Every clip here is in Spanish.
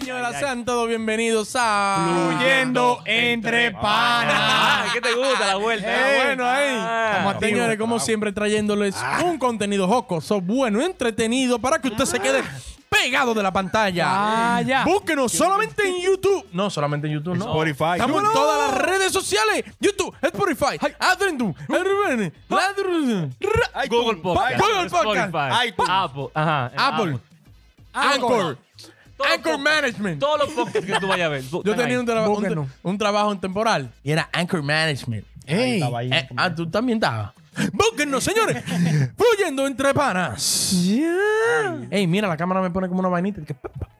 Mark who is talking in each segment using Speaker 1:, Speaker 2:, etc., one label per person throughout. Speaker 1: Señoras, sean todos bienvenidos a...
Speaker 2: Fluyendo entre panas.
Speaker 3: Ah, ¿Qué te gusta la vuelta? Ah.
Speaker 1: Está bueno ahí.
Speaker 2: Estamos
Speaker 1: Señores,
Speaker 2: activos.
Speaker 1: como siempre, trayéndoles un contenido jocoso, bueno, entretenido, para que usted se quede pegado de la pantalla.
Speaker 2: Ah, ya.
Speaker 1: Búsquenos solamente en YouTube. No, solamente en YouTube, no.
Speaker 2: Spotify.
Speaker 1: Estamos en
Speaker 2: No.
Speaker 1: todas las redes sociales. YouTube, Spotify, Adrendum, Adrendum, Adrendum,
Speaker 3: Google Podcast.
Speaker 1: Google Podcast.
Speaker 3: Spotify, Ah,
Speaker 2: iTunes.
Speaker 3: Apple. Ajá. en
Speaker 1: Apple, Anchor, Anchor Management.
Speaker 3: Todos los podcasts que tú vayas a ver. tú-
Speaker 1: Yo
Speaker 3: están
Speaker 1: tenía
Speaker 3: ahí.
Speaker 1: un, traba- un-
Speaker 2: Búsquenos.
Speaker 1: un trabajo en temporal y era Anchor Management.
Speaker 2: Ey.
Speaker 1: Estaba ahí. Eh, ah, tú también estabas. Búsquennos, señores. Fluyendo entre panas. Ey, mira, la cámara me pone como una vainita. que-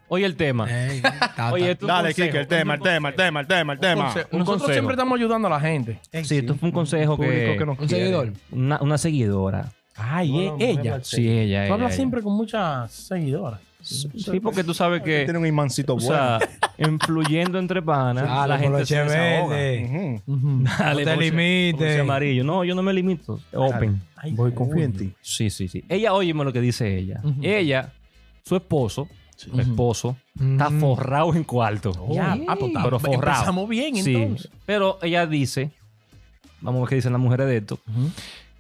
Speaker 3: Oye, el tema. Oye, esto es un
Speaker 2: Dale,
Speaker 3: consejo,
Speaker 2: Kike, el
Speaker 3: esto es
Speaker 2: tema,
Speaker 3: un
Speaker 2: el tema, el tema, el tema, el tema.
Speaker 1: Conse-
Speaker 3: Ah, un
Speaker 1: Nosotros
Speaker 3: consejo.
Speaker 1: siempre estamos ayudando a la gente.
Speaker 3: Sí, esto fue un consejo que.
Speaker 1: Público que nos
Speaker 4: Un
Speaker 1: quiere.
Speaker 4: seguidor.
Speaker 3: Una, una seguidora.
Speaker 1: Ay, e- ella.
Speaker 3: Sí, ella.
Speaker 1: Tú
Speaker 3: ella,
Speaker 1: hablas
Speaker 3: ella.
Speaker 1: siempre Ah, con muchas seguidoras.
Speaker 3: Sí, porque tú sabes que.
Speaker 2: Tiene un imancito
Speaker 3: O sea,
Speaker 2: bueno.
Speaker 3: influyendo entre panas,
Speaker 4: Ah,
Speaker 3: la gente
Speaker 4: los
Speaker 3: se
Speaker 4: Colocheverde.
Speaker 3: desahoga.
Speaker 2: Ujú.
Speaker 3: Dale,
Speaker 4: No te
Speaker 3: Ponce-
Speaker 4: limites.
Speaker 3: Ponce amarillo. No, yo no me limito. Open.
Speaker 2: Voy confío en ti.
Speaker 3: Sí, sí, sí. Ella, óyeme lo que dice ella. Ella, su esposo, su esposo, está forrado en cuarto.
Speaker 1: Mm. Ya, ah, pues, está-
Speaker 3: pero forrado.
Speaker 1: empezamos bien, entonces.
Speaker 3: Pero ella dice, vamos a ver qué dicen las mujeres de esto,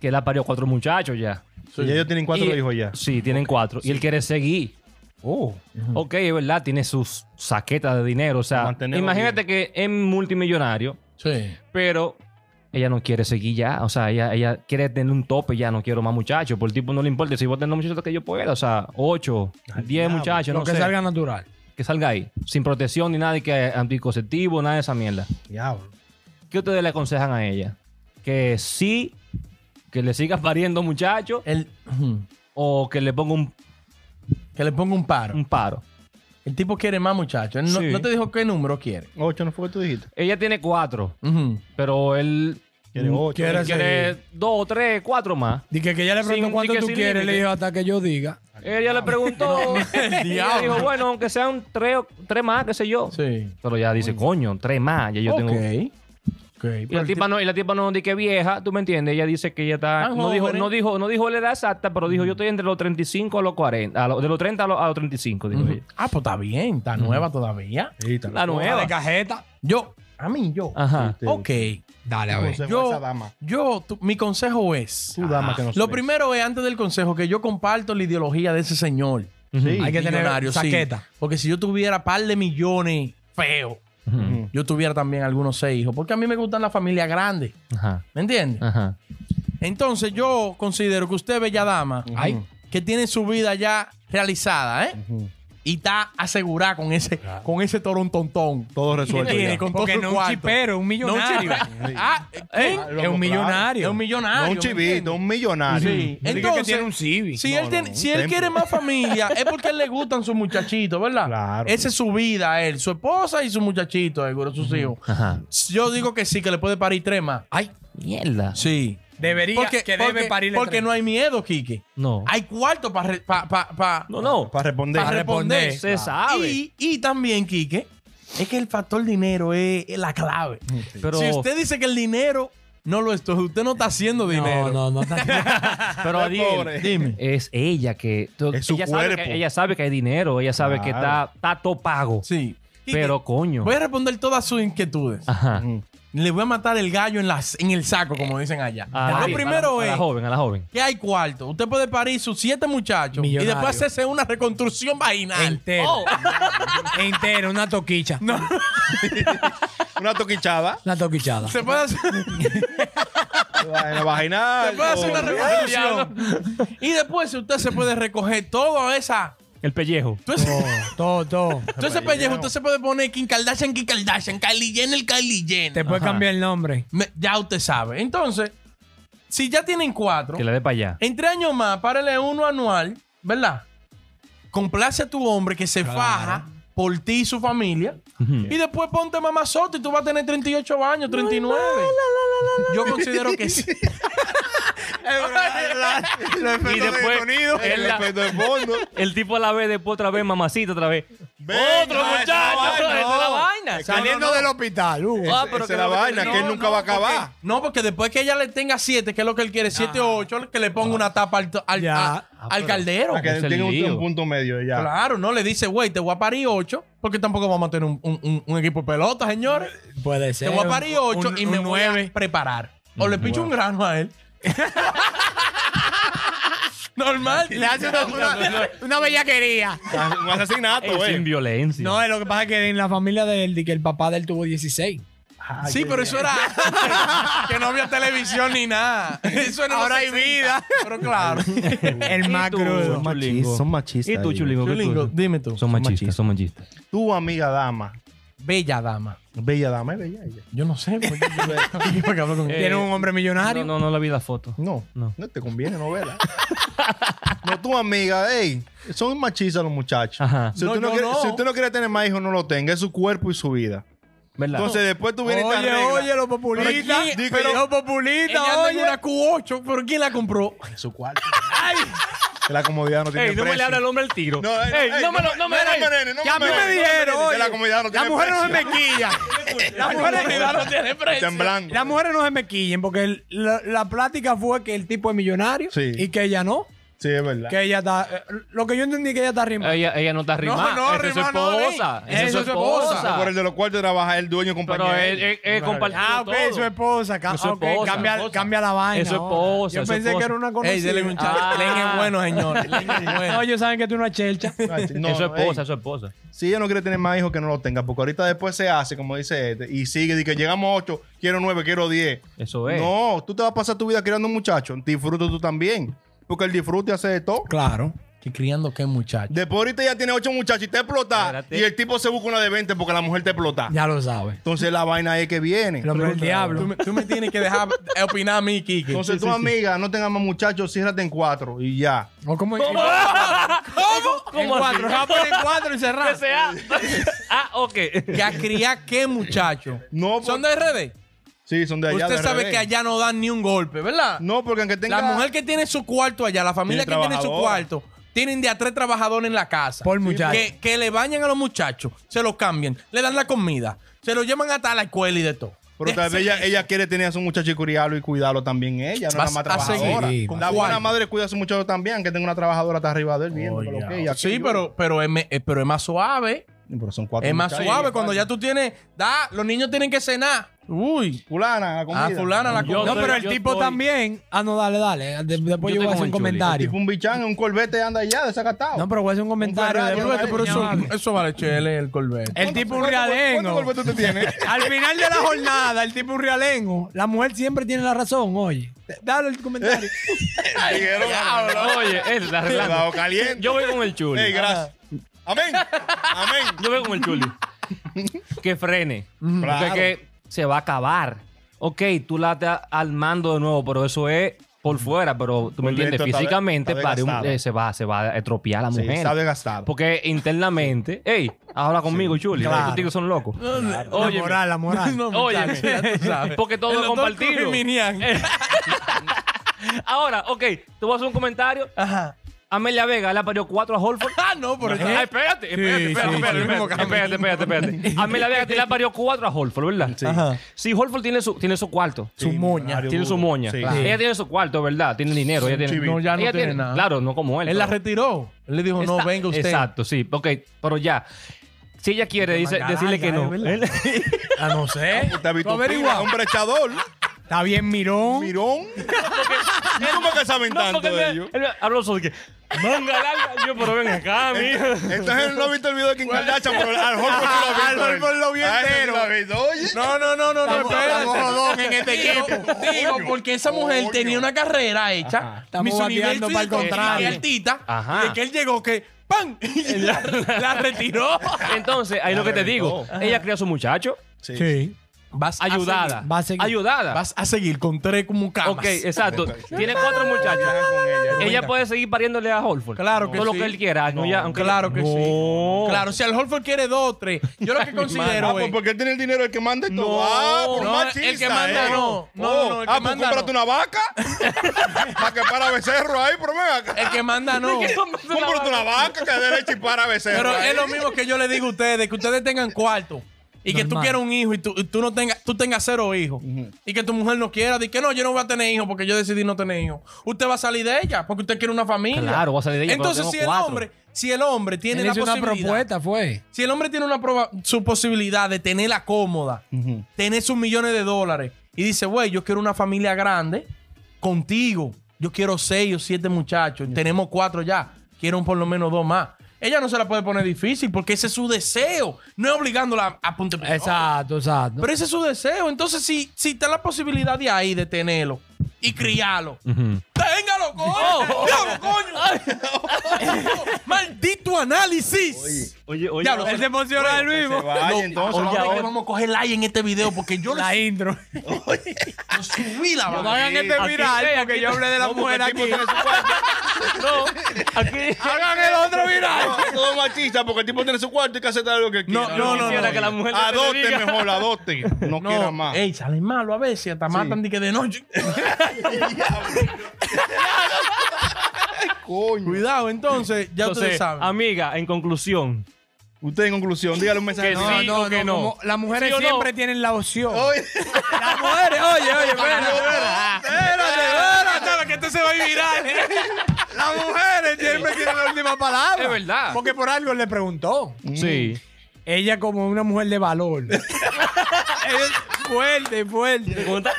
Speaker 3: que él ha parido cuatro muchachos ya.
Speaker 2: Y ellos tienen cuatro
Speaker 3: Y-
Speaker 2: hijos ya.
Speaker 3: Sí, tienen cuatro. Y él quiere seguir.
Speaker 2: Oh.
Speaker 3: Ok, es verdad, tiene sus saquetas de dinero. O sea,
Speaker 2: Mantenerlo
Speaker 3: imagínate que es multimillonario,
Speaker 1: Sí.
Speaker 3: pero ella no quiere seguir ya. O sea, ella, ella quiere tener un tope ya, no quiero más muchachos. Por el tipo no le importa. Si vos tenés muchachos que yo pueda, o sea, ocho, diez muchachos,
Speaker 4: Lo
Speaker 3: no
Speaker 4: que
Speaker 3: sé.
Speaker 4: salga natural.
Speaker 3: Que salga ahí. Sin protección ni nada de que anticonceptivo, nada de esa mierda.
Speaker 4: Diablo.
Speaker 3: ¿Qué ustedes le aconsejan a ella? Que sí, que le siga pariendo muchachos
Speaker 1: El, ujú.
Speaker 3: o que le ponga un,
Speaker 1: que le ponga un paro.
Speaker 3: un paro.
Speaker 1: El tipo quiere más muchachos. Él No,
Speaker 3: Sí.
Speaker 1: no te dijo qué número quiere.
Speaker 2: Ocho, ¿no fue que tú dijiste?
Speaker 3: Ella tiene cuatro,
Speaker 1: Ujú.
Speaker 3: pero él
Speaker 2: Quiere ocho. ¿eh?
Speaker 4: Quiere-
Speaker 3: él quiere dos, tres, cuatro más.
Speaker 4: Dice que ella le preguntó
Speaker 3: Sin-
Speaker 4: cuánto
Speaker 3: di que
Speaker 4: tú
Speaker 3: sin
Speaker 4: quieres.
Speaker 3: límite.
Speaker 4: Le dijo hasta que yo diga.
Speaker 3: Ella le preguntó y ella
Speaker 1: diablo.
Speaker 3: dijo, bueno, aunque sean tres, o- tres más, qué sé yo.
Speaker 1: Sí.
Speaker 3: Pero ya dice, coño, tres más, ya yo
Speaker 1: ok.
Speaker 3: tengo...
Speaker 1: Ok, pero
Speaker 3: Y la,
Speaker 1: el
Speaker 3: tipa no, y la tipa no dice que vieja, tú me entiendes, ella dice que ella está...
Speaker 1: Tan
Speaker 3: No dijo,
Speaker 1: joven, ¿eh?
Speaker 3: no, dijo, no dijo la edad exacta, pero dijo, yo estoy entre los 35 a los 40, a los- de los 30 a los, a los 35, dijo
Speaker 1: tipo-
Speaker 3: ella.
Speaker 1: Ah, pues está bien. Está nueva todavía.
Speaker 2: Sí, tal.
Speaker 3: La nueva.
Speaker 4: De cajeta.
Speaker 1: Yo. A mí, yo.
Speaker 3: Ajá.
Speaker 2: Sí.
Speaker 1: Ok.
Speaker 4: Dale, a ver.
Speaker 2: Consejo a
Speaker 1: Yo,
Speaker 2: esa dama.
Speaker 1: yo tú- mi consejo es...
Speaker 2: Tú,
Speaker 3: Ah,
Speaker 2: dama, que no
Speaker 1: Lo
Speaker 2: sabes.
Speaker 1: primero es, antes del consejo, que yo comparto la ideología de ese señor.
Speaker 2: Sí.
Speaker 4: Hay que
Speaker 1: Millonario,
Speaker 4: tener
Speaker 1: sí.
Speaker 4: saqueta.
Speaker 1: Porque si yo tuviera par de millones, feo,
Speaker 2: Ujú.
Speaker 1: yo tuviera también algunos seis hijos. Porque a mí me gustan las familias grandes.
Speaker 3: Ajá.
Speaker 1: ¿Me
Speaker 4: Ah.
Speaker 1: entiendes?
Speaker 3: Ajá.
Speaker 1: Entonces yo considero que usted, bella dama,
Speaker 4: Ay.
Speaker 1: que tiene su vida ya realizada, ¿eh? Y está asegurada con ese, con ese toro un tontón.
Speaker 2: Todo
Speaker 1: Que
Speaker 2: resuelto.
Speaker 1: tiene
Speaker 2: ya.
Speaker 1: con todo
Speaker 4: Porque
Speaker 1: su
Speaker 4: no es un
Speaker 1: cuarto.
Speaker 4: chipero, es un
Speaker 1: No un
Speaker 4: millonario.
Speaker 1: chipero. Ah, ¿eh?
Speaker 2: Ah,
Speaker 4: Es
Speaker 2: loco,
Speaker 4: un millonario.
Speaker 1: Es un millonario.
Speaker 2: No un
Speaker 1: ¿me
Speaker 2: chivito,
Speaker 1: entiendes?
Speaker 2: un millonario.
Speaker 1: Sí.
Speaker 4: Dice que
Speaker 1: Entonces,
Speaker 4: tiene un Civic.
Speaker 1: Si
Speaker 2: No,
Speaker 1: él,
Speaker 2: no,
Speaker 1: tiene-
Speaker 2: un
Speaker 1: si él
Speaker 2: tempo.
Speaker 1: quiere más familia, es porque él le gustan sus muchachitos, ¿verdad?
Speaker 2: Claro.
Speaker 1: Esa es su vida, él, su esposa y su muchachito, seguro, sus hijos.
Speaker 3: Ajá.
Speaker 1: Yo digo que sí, que le puede parir tres más.
Speaker 4: Ay.
Speaker 3: Mierda.
Speaker 1: Sí.
Speaker 4: Debería,
Speaker 1: Porque,
Speaker 4: que
Speaker 1: porque-
Speaker 4: debe parirle
Speaker 1: porque
Speaker 4: tres.
Speaker 1: no hay miedo, Quique.
Speaker 3: No.
Speaker 1: Hay cuarto para pa, pa- pa-
Speaker 3: No, no.
Speaker 2: Para responder.
Speaker 1: pa
Speaker 4: Para
Speaker 1: responder.
Speaker 4: responder.
Speaker 3: Se sabe.
Speaker 1: Y, y también, Quique, es que el factor dinero es, es la clave.
Speaker 3: pero,
Speaker 1: Si usted dice que el dinero no lo es, todo, usted no está haciendo dinero.
Speaker 4: No, no, no. está-
Speaker 3: pero Adiel,
Speaker 2: pobre.
Speaker 1: Dime.
Speaker 3: es ella que. tú-
Speaker 2: Es su
Speaker 3: ella sabe
Speaker 2: cuerpo.
Speaker 3: que ella sabe que hay dinero, ella sabe que
Speaker 2: Claro.
Speaker 3: está, está todo pago.
Speaker 1: Sí. Quique,
Speaker 3: pero coño. Ah.
Speaker 1: voy a responder todas sus inquietudes.
Speaker 3: Ajá.
Speaker 1: Le voy a matar el gallo en, las, en el saco, como dicen allá.
Speaker 3: A la-
Speaker 1: lo primero
Speaker 3: Ah,
Speaker 1: eh.
Speaker 3: a la, a la
Speaker 1: es
Speaker 3: joven, a la joven.
Speaker 1: que hay cuarto. Usted puede parir sus siete muchachos y
Speaker 4: Millonario.
Speaker 1: después hacerse una reconstrucción vaginal.
Speaker 4: Entero. Entero, una toquicha.
Speaker 2: Una toquichada.
Speaker 4: Una toquichada.
Speaker 1: Se puede hacer,
Speaker 2: Una
Speaker 1: se
Speaker 2: vaginal.
Speaker 1: puede hacer una
Speaker 2: o-
Speaker 1: reconstrucción. y después usted se puede recoger toda esa...
Speaker 3: El pellejo.
Speaker 1: Todo ese,
Speaker 4: Todo, todo.
Speaker 1: todo ese pellejo. Usted se puede poner Kim Kardashian, Kim Kardashian, Kylie Jenner, Kylie Jenner.
Speaker 4: Te puedes
Speaker 3: Ajá.
Speaker 4: cambiar el nombre.
Speaker 1: Me- ya usted sabe. Entonces, si ya tienen cuatro,
Speaker 3: Que la dé para allá.
Speaker 1: en tres años más, párale uno anual, ¿verdad? Complace a tu hombre que se faja por ti y su familia. Y después ponte mamazote y tú vas a tener 38 años, 39. Yo considero que sí.
Speaker 2: y
Speaker 3: después, en
Speaker 2: el
Speaker 3: la-
Speaker 2: efecto de fondo.
Speaker 3: El tipo a la vez, después otra vez, mamacita, otra vez.
Speaker 2: Venga,
Speaker 3: ¡Otro
Speaker 2: esa
Speaker 3: muchacho!
Speaker 2: vaina,
Speaker 3: ¡Esa es la
Speaker 2: no.
Speaker 3: vaina!
Speaker 2: Es que
Speaker 4: Saliendo
Speaker 2: no, no.
Speaker 4: del hospital. uh.
Speaker 3: Ah,
Speaker 2: Esa-
Speaker 3: pero
Speaker 2: esa
Speaker 3: que
Speaker 2: es la
Speaker 3: no, que
Speaker 2: vaina,
Speaker 3: no,
Speaker 2: que él nunca va a acabar.
Speaker 1: No, porque después que ella le tenga siete, que es lo que él quiere, siete o ocho, que le
Speaker 2: Ah.
Speaker 1: ponga una tapa al, to- al,
Speaker 4: Ya.
Speaker 1: a-
Speaker 3: Ah,
Speaker 1: al
Speaker 3: pero-
Speaker 1: caldero.
Speaker 2: Para que
Speaker 3: es el
Speaker 2: tenga un,
Speaker 3: lío.
Speaker 2: un punto medio ya.
Speaker 1: Claro, no le dice, güey, te voy a parir ocho, porque tampoco vamos a tener un, un- un- un equipo de pelota, señores.
Speaker 4: Puede
Speaker 1: Te
Speaker 4: ser.
Speaker 1: voy a parir ocho y me voy a preparar. O
Speaker 2: Mm,
Speaker 1: le pincho un grano a él. Normal.
Speaker 4: Le hace una, una, una bellaquería.
Speaker 2: Un asesinato,
Speaker 3: Ey, sin
Speaker 2: güey.
Speaker 3: violencia.
Speaker 4: No, es lo que pasa es que en la familia de él, de que el papá de él tuvo 16.
Speaker 1: Sí, pero eso era que no había televisión ni nada. Eso era en los
Speaker 4: Ahora hay
Speaker 1: 60,
Speaker 4: vida.
Speaker 1: Pero claro.
Speaker 4: El más
Speaker 3: tú?
Speaker 4: crudo.
Speaker 3: Chulingo.
Speaker 2: Son machistas.
Speaker 3: ¿Y tú,
Speaker 2: ellos.
Speaker 3: Chulingo? ¿Qué tú
Speaker 1: Chulingo,
Speaker 3: dices?
Speaker 1: dime tú.
Speaker 3: Son machistas, son machistas.
Speaker 2: Tu amiga dama.
Speaker 1: Bella dama.
Speaker 2: Bella dama, es bella ella.
Speaker 1: Yo no sé. porque yo- yo porque hablo con
Speaker 4: Tiene
Speaker 3: Eh,
Speaker 4: un hombre millonario.
Speaker 3: No, no, no la vi la foto.
Speaker 2: No,
Speaker 3: No.
Speaker 2: no, te conviene, no verla. no, tu amiga, ey. Son machistas los muchachos.
Speaker 3: Ajá.
Speaker 2: Si,
Speaker 1: No,
Speaker 2: usted no
Speaker 1: yo
Speaker 2: quiere,
Speaker 1: no.
Speaker 2: si usted no quiere tener más hijos, no lo tenga. Es su cuerpo y su vida.
Speaker 3: ¿Verdad?
Speaker 2: Entonces, después tú vienes y te
Speaker 4: Oye,
Speaker 2: arreglas.
Speaker 4: oye, los
Speaker 2: Pero
Speaker 4: populistas.
Speaker 2: aquí- digo,
Speaker 4: Los populistas,
Speaker 1: Ella anda en
Speaker 4: oye.
Speaker 1: una Q8, pero ¿quién la compró?
Speaker 2: En su cuarto. Que la comodidad no tiene
Speaker 3: Ey, no me le
Speaker 2: precio.
Speaker 3: abra el hombre al tiro.
Speaker 2: No, ey,
Speaker 3: Ey,
Speaker 2: ey,
Speaker 3: no me lo, no me
Speaker 2: no
Speaker 3: ey.
Speaker 2: me nene, no
Speaker 4: Que a mí
Speaker 2: me
Speaker 4: me
Speaker 2: nene.
Speaker 4: dijeron,
Speaker 2: Que
Speaker 4: oye,
Speaker 2: la comodidad no
Speaker 4: las
Speaker 2: tiene
Speaker 4: mujeres no se
Speaker 2: precio.
Speaker 4: mequillan. Las mujeres,
Speaker 1: Comodidad no tiene precio.
Speaker 2: Está en blanco.
Speaker 4: las mujeres no se mequillen porque el- la, la plática fue que el tipo es millonario
Speaker 2: Sí.
Speaker 4: y que ella no.
Speaker 2: Sí, es verdad.
Speaker 4: Que ella está. eh, Lo que yo entendí que ella está rimando.
Speaker 3: Ella, ella no está rimada.
Speaker 1: no,
Speaker 3: esa es su
Speaker 1: rimada no,
Speaker 3: esposa.
Speaker 1: ey.
Speaker 3: esa es su esposa.
Speaker 2: Ah, Por el de los cuartos trabaja el dueño y compañero.
Speaker 3: Pero él, él, él compartió
Speaker 4: Ah, ok,
Speaker 3: todo.
Speaker 4: su esposa. ca-
Speaker 3: Es su
Speaker 4: ah, ok,
Speaker 3: esposa,
Speaker 4: cambia,
Speaker 3: esposa.
Speaker 4: cambia la vaina.
Speaker 3: Es su
Speaker 4: ahora.
Speaker 3: esposa,
Speaker 4: Yo
Speaker 3: es su
Speaker 4: pensé que
Speaker 3: escuela.
Speaker 4: era una
Speaker 1: Ey,
Speaker 4: conocida.
Speaker 1: dele un chance.
Speaker 3: Ah.
Speaker 1: Len es bueno, señor. Len es bueno.
Speaker 4: no, ellos saben que tú no eres chelcha.
Speaker 2: Ah, No,
Speaker 3: es su
Speaker 2: no,
Speaker 3: esposa,
Speaker 2: ey.
Speaker 3: es su esposa.
Speaker 2: Si ella no quiere tener más hijos, que no lo tenga. Porque ahorita después se hace, como dice este, y sigue. Dice que llegamos a 8, quiero 9, quiero 10.
Speaker 3: Eso es.
Speaker 2: No, tú te vas a pasar tu vida criando un muchacho. Disfruta tú también. Porque el disfrute hace de todo.
Speaker 4: claro.
Speaker 1: Que criando qué muchacho.
Speaker 2: Después ahorita ya tiene 8 muchachos y te explota.
Speaker 3: Espérate.
Speaker 2: Y el tipo se busca una de 20 porque la mujer te explota.
Speaker 4: Ya lo sabes.
Speaker 2: Entonces la vaina es que viene.
Speaker 4: Lo el
Speaker 1: Tú
Speaker 4: diablo.
Speaker 1: me, tú me tienes que dejar opinar a mí, Kike.
Speaker 2: Entonces tu amiga, no tengas más muchachos, ciérrate en 4 y ya.
Speaker 4: O como en,
Speaker 3: ¿Cómo?
Speaker 4: en cuatro.
Speaker 3: así?
Speaker 4: Se va a poner en cuatro y cerrar.
Speaker 3: S.A. ah, ok.
Speaker 1: Que a criar qué muchacho.
Speaker 2: No,
Speaker 1: Son
Speaker 2: por-
Speaker 1: de RD.
Speaker 2: Sí, son de allá.
Speaker 1: Usted
Speaker 2: de
Speaker 1: sabe
Speaker 2: RD.
Speaker 1: que allá no dan ni un golpe, ¿verdad?
Speaker 2: No, porque aunque tenga.
Speaker 1: La mujer que tiene su cuarto allá, la familia
Speaker 2: Tiene
Speaker 1: que tiene su
Speaker 2: trabajadora.
Speaker 1: cuarto, tienen de a tres trabajadores en la casa.
Speaker 4: Por muchacho.
Speaker 1: Que, que le bañan a los muchachos, se los cambian, le dan la comida, se lo llevan hasta la escuela y de todo.
Speaker 2: Pero tal vez ella, ella quiere tener a su muchacho y cuidarlo y cuidarlo también ella, no
Speaker 1: Va
Speaker 2: nada más
Speaker 1: a seguir,
Speaker 2: trabajadora.
Speaker 4: sí,
Speaker 1: con
Speaker 2: la
Speaker 1: cuarto.
Speaker 2: buena madre cuida a su muchacho también, aunque tenga una trabajadora hasta arriba de él viendo
Speaker 1: Oh,
Speaker 2: lo
Speaker 1: ya.
Speaker 2: que ella
Speaker 1: sí,
Speaker 2: quiere.
Speaker 1: pero, pero, es, me- eh, pero es más suave.
Speaker 2: Pero son cuatro
Speaker 1: Es más
Speaker 2: muchachos.
Speaker 1: suave
Speaker 2: Sí,
Speaker 1: cuando ya tú tienes. Da, los niños tienen que cenar. Uy.
Speaker 2: Fulana, la comida.
Speaker 1: Ah, fulana la
Speaker 3: Yo
Speaker 1: comida.
Speaker 4: No, pero el
Speaker 3: Yo
Speaker 4: tipo
Speaker 3: estoy-
Speaker 4: también. Ah, no, dale, dale. De- después
Speaker 3: Yo
Speaker 4: yo, voy
Speaker 3: estoy
Speaker 4: a hacer
Speaker 3: como
Speaker 4: un
Speaker 3: el Chuli.
Speaker 4: comentario.
Speaker 2: Tipo un bichán, un corbete anda allá desacatado.
Speaker 4: No, pero voy a hacer un comentario. este
Speaker 2: Ferrari,
Speaker 4: después.
Speaker 2: un
Speaker 1: Pero,
Speaker 2: Ferrari.
Speaker 1: eso, eso vale chele, el Corvette.
Speaker 4: El tipo un
Speaker 2: ¿Cuánto- ¿Cuánto
Speaker 4: realengo.
Speaker 2: corbete usted tiene?
Speaker 4: Al final de la jornada, el tipo un realengo. La mujer siempre tiene la razón, oye. Dale el comentario.
Speaker 2: Dijeron,
Speaker 3: Oye, él está arreglando.
Speaker 2: Cuidado caliente.
Speaker 3: Yo voy con el chuli.
Speaker 2: Ey, gracias. Amén. Amén.
Speaker 3: Yo voy con el chuli. que frene. Porque es
Speaker 2: Claro.
Speaker 3: que se va a acabar. Ok, tú la estás armando de nuevo, pero eso es por fuera, pero tú me
Speaker 2: Por
Speaker 3: entiendes,
Speaker 2: dentro está-
Speaker 3: físicamente
Speaker 2: está
Speaker 3: pare, un-
Speaker 2: desgastada.
Speaker 3: eh, se, va, se va a estropear la
Speaker 2: Sí,
Speaker 3: mujer.
Speaker 2: está desgastado.
Speaker 3: Porque internamente, hey, habla conmigo, Chuli.
Speaker 4: claro.
Speaker 3: Estos tigres son locos. Óyeme.
Speaker 4: La moral, la moral.
Speaker 1: No,
Speaker 3: Óyeme.
Speaker 1: muchacho, ya tú sabes.
Speaker 3: Porque todo
Speaker 1: El
Speaker 3: es
Speaker 1: doctor
Speaker 3: compartido.
Speaker 1: Geminián.
Speaker 3: Ahora, ok, tú vas a hacer un comentario.
Speaker 1: Ajá.
Speaker 3: Amelia Vega le ha parido cuatro a Holford.
Speaker 1: Ah, no, pero ya-
Speaker 3: Ah, espérate, espérate,
Speaker 1: Sí,
Speaker 3: espérate,
Speaker 1: sí,
Speaker 3: espérate,
Speaker 1: sí.
Speaker 3: espérate, espérate, espérate, espérate. Amelia Vega te le ha parido cuatro a Holford, ¿verdad? Sí.
Speaker 1: Ajá.
Speaker 3: Sí, Holford tiene su, tiene su cuarto.
Speaker 4: Su moña.
Speaker 3: Tiene su moña.
Speaker 2: Sí.
Speaker 3: Claro. Ella tiene su cuarto, ¿verdad? Tiene dinero. Ella tiene,
Speaker 1: No, ya no
Speaker 3: ella
Speaker 1: tiene nada.
Speaker 3: Claro, no como él.
Speaker 1: Él la
Speaker 3: pero-
Speaker 1: retiró. Él le dijo, no,
Speaker 3: Está-
Speaker 1: venga usted.
Speaker 3: Exacto, sí. Ok, pero ya. Si ella quiere dice-
Speaker 1: manga
Speaker 3: decirle que
Speaker 1: larga,
Speaker 3: no.
Speaker 1: ¿eh? ¿Verdad?
Speaker 4: Ah, no sé.
Speaker 2: Usted ha visto
Speaker 4: Tú
Speaker 2: un tigre,
Speaker 4: averigua.
Speaker 2: un brechador,
Speaker 4: Está bien, mirón.
Speaker 2: mirón. ¿Cómo que saben
Speaker 3: No,
Speaker 2: tanto
Speaker 3: porque él,
Speaker 2: de
Speaker 3: me-
Speaker 2: ellos?
Speaker 3: él me habló solo de que manga larga. Yo, pero ven acá, mijo.
Speaker 2: Entonces no ha visto el video de Kim Kardashian, pero al Holford no lo ha visto.
Speaker 4: Al Holford lo vio
Speaker 2: Ah, ese sí
Speaker 4: entero.
Speaker 2: lo ha visto. Oye.
Speaker 1: No, no, no, no, no,
Speaker 4: Estamos- estamos jodón en este
Speaker 1: Digo, digo, porque esa mujer tenía una carrera hecha.
Speaker 4: Estamos
Speaker 1: Miss
Speaker 4: bateando
Speaker 1: Universo
Speaker 4: pa'l contrario.
Speaker 1: Y altita.
Speaker 3: Ajá.
Speaker 1: Y de que él llegó que ¡pam! Y la, la retiró.
Speaker 3: Entonces, ahí lo que te
Speaker 2: reventó.
Speaker 3: digo. Ella cría a su muchacho.
Speaker 2: Sí.
Speaker 4: Sí.
Speaker 1: Vas a
Speaker 3: Ayudada.
Speaker 1: seguir.
Speaker 4: Va a seguir.
Speaker 3: Ayudada.
Speaker 1: Vas a seguir con tres como camas.
Speaker 3: Ok, eh, exacto. Tiene cuatro muchachos.
Speaker 2: Viaja con ella.
Speaker 3: Ella puede seguir pariéndole a Holford.
Speaker 1: Claro que
Speaker 3: Todo
Speaker 1: sí.
Speaker 3: lo que él quiera. no ya- aunque-
Speaker 1: claro que sí.
Speaker 3: No.
Speaker 1: Claro, si al Holford quiere dos o tres, yo lo que
Speaker 2: Ah,
Speaker 1: considero
Speaker 2: pues
Speaker 1: es...
Speaker 2: porque él tiene el dinero el que manda y todo.
Speaker 3: No.
Speaker 2: ah, pues
Speaker 1: No,
Speaker 2: machista,
Speaker 1: el que manda
Speaker 2: eh.
Speaker 1: no. No,
Speaker 2: Oh,
Speaker 1: no, el
Speaker 2: ah,
Speaker 1: que
Speaker 2: pues
Speaker 1: manda
Speaker 2: cómprate
Speaker 1: no.
Speaker 2: una vaca. para que para becerro ahí, pero ven acá.
Speaker 1: El que manda no.
Speaker 2: Cómprate una vaca que dé leche y para becerro.
Speaker 1: Pero
Speaker 2: ahí.
Speaker 1: es lo mismo que yo le digo a ustedes, que ustedes tengan cuarto y que tú
Speaker 4: Normal.
Speaker 1: quieras un hijo y tú, y tú no tengas, tú tengas cero hijos y que tu mujer no quiera, di que no, yo no voy a tener hijos porque yo decidí no tener hijos. Usted va a salir de ella porque usted quiere una familia.
Speaker 3: Claro, voy a salir de ella, pero
Speaker 1: Entonces
Speaker 3: tengo
Speaker 1: si el
Speaker 3: cuatro.
Speaker 1: hombre, si el hombre tiene
Speaker 4: Él
Speaker 1: la
Speaker 4: hizo una
Speaker 1: posibilidad,
Speaker 4: propuesta, fue.
Speaker 1: si el hombre tiene una proba- su posibilidad de tenerla cómoda, tener sus millones de dólares y dice, güey, yo quiero una familia grande contigo. Yo quiero seis o siete muchachos. Tenemos cuatro ya. Quiero por lo menos dos más. Ella no se la puede poner difícil porque ese es su deseo. No es obligándola a punto
Speaker 4: Exacto, exacto.
Speaker 1: Pero ese es su deseo. Entonces, si, si está la posibilidad de ahí de tenerlo y criarlo,
Speaker 3: Ujú.
Speaker 1: ¡téngalo, coño! ¡Diablo, coño! ¡Maldito análisis!
Speaker 3: Oye, oye.
Speaker 1: Diablo, él se emociona del
Speaker 2: Que se vaya,
Speaker 1: no,
Speaker 2: entonces.
Speaker 1: ahora
Speaker 2: Oye,
Speaker 1: es que vamos a coger like en este video porque yo
Speaker 4: la intro.
Speaker 1: lo subí la
Speaker 4: No
Speaker 1: vaina.
Speaker 4: hagan este
Speaker 3: Aquí,
Speaker 4: viral
Speaker 3: eh,
Speaker 4: porque
Speaker 3: aquí-
Speaker 4: yo hablé de la
Speaker 2: no, porque
Speaker 4: mujer
Speaker 2: el tipo
Speaker 4: aquí.
Speaker 2: tiene su cuarto.
Speaker 3: No, aquí.
Speaker 4: Hagan el otro
Speaker 2: No,
Speaker 4: viral.
Speaker 2: es todo machista porque el tipo tiene su cuarto y que aceptar lo que quiera.
Speaker 1: No, no, no,
Speaker 3: Quisiera
Speaker 1: no.
Speaker 3: que la mujer no te
Speaker 2: Adopte
Speaker 3: diga.
Speaker 2: mejor, adopte. No,
Speaker 1: No,
Speaker 2: quiera más.
Speaker 1: Ey, sale malo a veces, hasta matan de que de noche.
Speaker 2: Coño.
Speaker 1: Cuidado, entonces, ya ustedes
Speaker 3: Entonces,
Speaker 1: saben.
Speaker 3: amiga, en conclusión.
Speaker 2: Usted en conclusión, dígale un mensaje.
Speaker 3: Que sí. o que no.
Speaker 4: como las mujeres
Speaker 3: ¿Sí o no?
Speaker 4: siempre tienen la opción.
Speaker 2: Oye,
Speaker 4: Las mujeres, oye, oye, espérate, espérate. Espérate, espérate, que esto se va a eh. ir viral. Las mujeres siempre tienen la última palabra.
Speaker 3: Es verdad.
Speaker 4: Porque por algo le preguntó.
Speaker 1: Mm.
Speaker 3: Sí.
Speaker 4: Ella como una mujer de valor. Ella es fuerte, fuerte,
Speaker 3: Pregunta-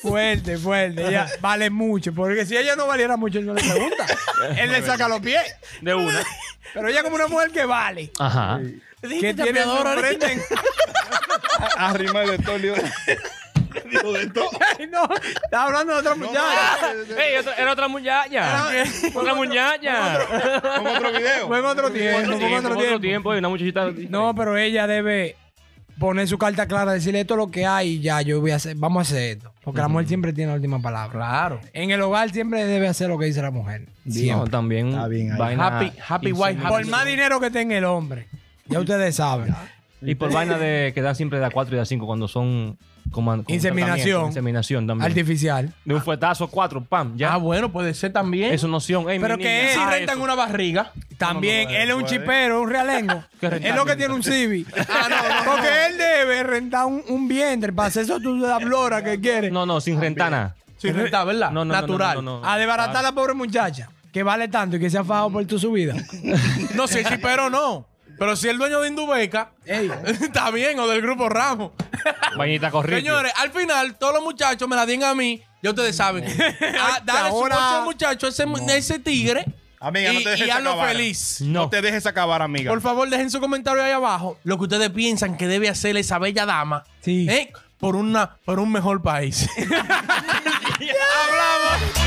Speaker 4: fuerte, fuerte. Ella vale mucho. Porque si ella no valiera mucho, él no le pregunta. Él le saca los pies.
Speaker 3: De
Speaker 1: Mm.
Speaker 3: una.
Speaker 4: Pero ella como una mujer que vale.
Speaker 3: Ajá.
Speaker 4: Que tiene sorpresa en-
Speaker 2: arrima de todo. le digo de todo.
Speaker 4: Ay, no, está hablando de otra muchacha.
Speaker 3: Ey, otra- era otra muñaña. Otra muñaña.
Speaker 2: Como otro video.
Speaker 4: Fue en otro tiempo,
Speaker 3: Otro
Speaker 4: fue en
Speaker 3: tiempo,
Speaker 4: otro
Speaker 3: otro
Speaker 4: tiempo.
Speaker 3: tiempo y una muchachita.
Speaker 4: No, pero ella debe poner su carta clara, decirle esto es lo que hay y ya, yo voy a hacer, vamos a hacer esto. Porque la mujer siempre tiene la última palabra.
Speaker 1: Claro.
Speaker 4: En el hogar siempre debe hacer lo que dice la mujer.
Speaker 3: No,
Speaker 4: Siempre.
Speaker 3: también.
Speaker 2: Está bien ahí.
Speaker 3: vaina-
Speaker 1: Happy, happy
Speaker 3: y-
Speaker 1: wife, happy
Speaker 4: Por más dinero que tenga el hombre. Ya ustedes saben.
Speaker 3: Y por vaina de que da siempre de a 4 y de a 5 cuando son. como- como
Speaker 4: Inseminación.
Speaker 3: tratamiento, Inseminación también.
Speaker 4: Artificial.
Speaker 3: De un fuetazo, cuatro, pam, ya.
Speaker 1: Ah, bueno, puede ser también.
Speaker 3: Eso noción. Ey,
Speaker 4: Pero
Speaker 3: mi
Speaker 4: que
Speaker 3: niña,
Speaker 4: es-
Speaker 1: si
Speaker 3: ah,
Speaker 1: rentan
Speaker 3: eso.
Speaker 1: una barriga.
Speaker 4: También, él es un
Speaker 2: puede.
Speaker 4: chipero, un realengo.
Speaker 3: Que rentar
Speaker 4: es lo que
Speaker 3: bien.
Speaker 4: tiene un civi. Porque él debe rentar un, un vientre para hacer eso tú de la flora que quiere.
Speaker 3: No, no,
Speaker 1: Ah,
Speaker 3: sin rentana.
Speaker 1: Sí, renta, ¿verdad?
Speaker 3: No, no, no,
Speaker 1: Natural.
Speaker 3: no, no,
Speaker 4: A desbaratar a la pobre muchacha, que vale tanto y que se ha fajado por tu subida.
Speaker 1: No sé si, pero no. Pero si el dueño de Indubeca
Speaker 4: Ey.
Speaker 1: está bien, o del grupo Ramos.
Speaker 3: Vainita corriente.
Speaker 1: Señores, al final, todos los muchachos me la den a mí. Ya ustedes saben. Ah, dale su
Speaker 4: ahora-
Speaker 1: bolsa al muchacho, ese, ese tigre.
Speaker 2: Amiga, no
Speaker 1: y,
Speaker 2: te dejes
Speaker 1: y hazlo
Speaker 2: acabar.
Speaker 1: feliz.
Speaker 2: No.
Speaker 3: no.
Speaker 2: te dejes acabar, amiga.
Speaker 1: Por favor, dejen su comentario ahí abajo lo que ustedes piensan que debe hacer esa bella dama
Speaker 4: Sí.
Speaker 1: ¿eh? por, una, por un mejor país. Hablamos.